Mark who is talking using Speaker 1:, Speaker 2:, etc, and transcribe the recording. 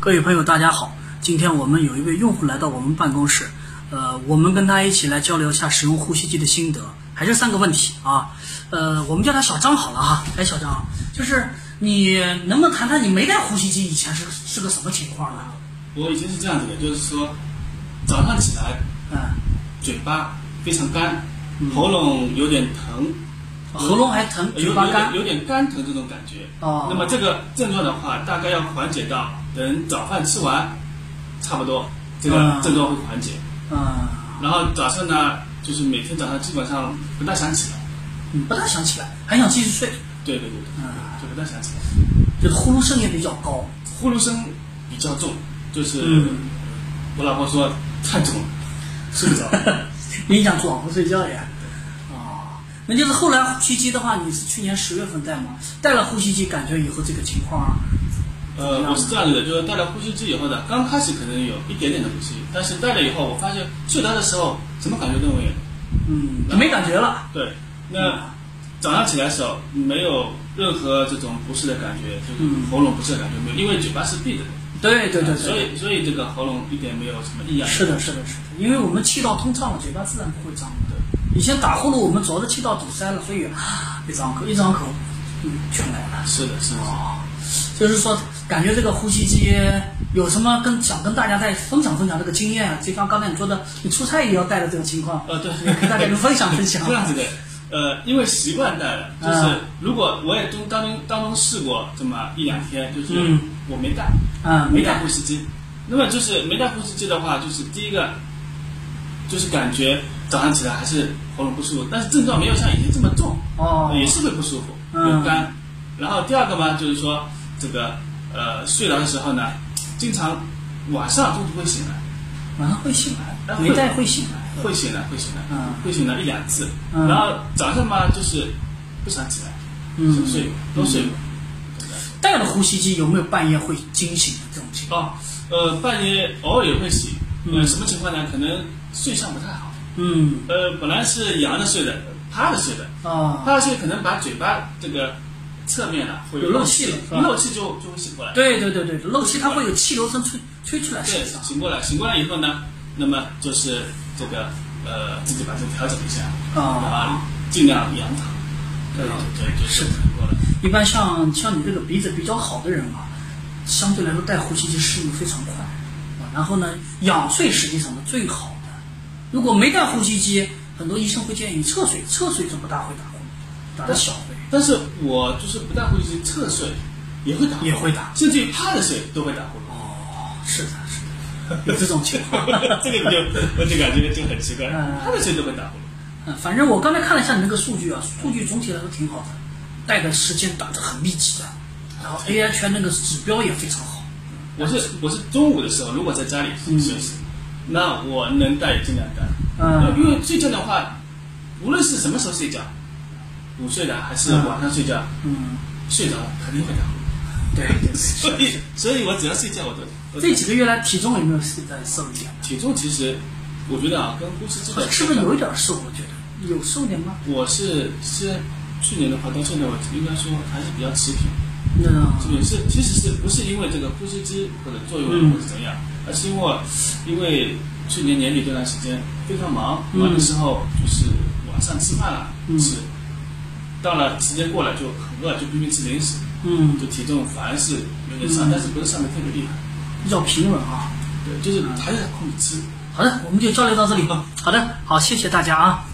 Speaker 1: 各位朋友，大家好。今天我们有一位用户来到我们办公室，呃，我们跟他一起来交流一下使用呼吸机的心得，还是三个问题啊。呃，我们叫他小张好了哈。哎，小张，就是你能不能谈谈你没带呼吸机以前是是个什么情况呢？
Speaker 2: 我以前是这样子的，就是说早上起来
Speaker 1: 嗯，
Speaker 2: 嘴巴非常干，喉咙有点疼，
Speaker 1: 喉咙还疼，
Speaker 2: 有
Speaker 1: 嘴巴
Speaker 2: 有
Speaker 1: 干
Speaker 2: 点。哎有点干疼这种感觉。
Speaker 1: 哦
Speaker 2: 那么这个症状的话，大概要缓解到等早饭吃完，差不多这个
Speaker 1: 嗯
Speaker 2: 症状会缓解。
Speaker 1: 嗯，
Speaker 2: 然后早上呢，就是每天早上基本上不大想起来，
Speaker 1: 嗯不大想起来，还想继续睡，
Speaker 2: 对对对对，
Speaker 1: 嗯
Speaker 2: 就不大想起来。
Speaker 1: 就是呼噜声也比较高。
Speaker 2: 呼噜声比较重，就是、
Speaker 1: 嗯
Speaker 2: 我老婆说太重了，睡不着。
Speaker 1: 影响转不睡觉呀。哦，那就是后来呼吸机的话，你是去年十月份带吗？带了呼吸机，感觉以后这个情况啊，
Speaker 2: 呃，我是这样子的，就是戴了呼吸机以后呢，刚开始可能有一点点的呼吸，但是戴了以后，我发现睡着的时候什么感觉都没有。
Speaker 1: 嗯，没感觉了。
Speaker 2: 对，那早上起来的时候没有任何这种不适的感觉，就是喉咙不适的感觉没有，因为嘴巴是闭着的，
Speaker 1: 对嗯对对
Speaker 2: 所
Speaker 1: 对，
Speaker 2: 以所以这个喉咙一点没有什么异样。
Speaker 1: 是的，是的，是的，因为我们气道通畅了，嘴巴自然不会张的。以前打呼噜，我们主要是气道堵塞了，所以啊一张口一张口，嗯，全来了。
Speaker 2: 是的，是的，
Speaker 1: 哦，就是说，感觉这个呼吸机有什么跟想跟大家再分享分享这个经验啊？就像刚才你说的，你出差也要带着这个情况，
Speaker 2: 呃，对，
Speaker 1: 跟大 家分享分享啊
Speaker 2: 这。样子的，呃，因为习惯戴了，就是
Speaker 1: 嗯
Speaker 2: 如果我也中当中当中试过这么一两天，就是
Speaker 1: 嗯
Speaker 2: 我没戴，
Speaker 1: 嗯，
Speaker 2: 没戴呼吸机。那么就是没戴呼吸机的话，就是第一个，就是感觉早上起来还是喉咙不舒服，但是症状没有像以前这么重，
Speaker 1: 哦，
Speaker 2: 也是会不舒服，
Speaker 1: 嗯
Speaker 2: 有干。然后第二个嘛，就是说这个呃睡着的时候呢，经常晚上中途会醒来，
Speaker 1: 晚上会醒来，没带会醒来。
Speaker 2: 会醒来，会醒来，
Speaker 1: 嗯
Speaker 2: 会醒来一两次。
Speaker 1: 嗯
Speaker 2: 然后早上嘛，就是不想起来，想睡都睡过。
Speaker 1: 带嗯了呼吸机有没有半夜会惊醒的这种情况？
Speaker 2: 哦，呃，半夜偶尔也会醒，呃，
Speaker 1: 嗯
Speaker 2: 什么情况呢？可能睡相不太好。
Speaker 1: 嗯
Speaker 2: 呃，本来是仰着睡的，趴着睡的，
Speaker 1: 啊，
Speaker 2: 趴着睡可能把嘴巴这个侧面啊会
Speaker 1: 有漏气了是吧
Speaker 2: 一漏气就就会醒过来。
Speaker 1: 对对对对，漏气它会有气流声吹吹出来身上。
Speaker 2: 醒过来，醒过来以后呢，那么就是这个呃，自己把这个调整一下，
Speaker 1: 啊，
Speaker 2: 啊，尽量仰躺。
Speaker 1: 对
Speaker 2: 对对，就是是
Speaker 1: 啊的
Speaker 2: 醒过来。
Speaker 1: 一般像像你这个鼻子比较好的人啊，相对来说带呼吸机适应非常快。啊然后呢，仰睡实际上是最好的。如果没带呼吸机，很多医生会建议侧睡，侧睡是不大会打呼，打的小会
Speaker 2: 但是我就是不但会去侧睡，也会打呼噜，
Speaker 1: 也会打
Speaker 2: 甚至于趴着睡都会打呼噜。
Speaker 1: 哦，是的，是的，有这种情况。
Speaker 2: 这个就我就感觉就很奇怪
Speaker 1: 嗯，
Speaker 2: 趴着睡都会打呼噜。
Speaker 1: 嗯，反正我刚才看了一下你那个数据啊，数据总体来说挺好的，带的时间打得很密集的，然后哎 AI 圈那个指标也非常好。
Speaker 2: 我是我是中午的时候，如果在家里
Speaker 1: 嗯
Speaker 2: 休息，那我能戴也尽量戴。
Speaker 1: 嗯
Speaker 2: 因为睡觉的话，无论是什么时候睡觉，午睡的还是
Speaker 1: 嗯
Speaker 2: 晚上睡觉，
Speaker 1: 嗯，
Speaker 2: 睡着了肯定会打呼噜。
Speaker 1: 对对
Speaker 2: 所
Speaker 1: 对。
Speaker 2: 以所以我只要睡觉，我都 我
Speaker 1: 这几个月来体重有没有是在瘦一点？
Speaker 2: 体重其实我觉得啊，跟呼吸机
Speaker 1: 好
Speaker 2: 的
Speaker 1: 像是不是有一点瘦？我觉得有瘦点吗？
Speaker 2: 我是是去年的话到现在，我应该说还是比较持平。
Speaker 1: 那
Speaker 2: 也嗯是，其实是不是因为这个呼吸机或者作用
Speaker 1: 嗯
Speaker 2: 或者怎样，而是因为我因为去年年底这段时间非常忙，
Speaker 1: 嗯
Speaker 2: 忙的时候就是晚上吃饭了
Speaker 1: 嗯
Speaker 2: 吃，到了时间过了就很饿，就拼命吃零食，
Speaker 1: 嗯
Speaker 2: 就体重反而是有点
Speaker 1: 嗯
Speaker 2: 上，但是不是上的特别厉害，
Speaker 1: 比较平稳啊。
Speaker 2: 对，就是还是在控制吃。
Speaker 1: 好的，我们就交流到这里。好的，好，谢谢大家啊。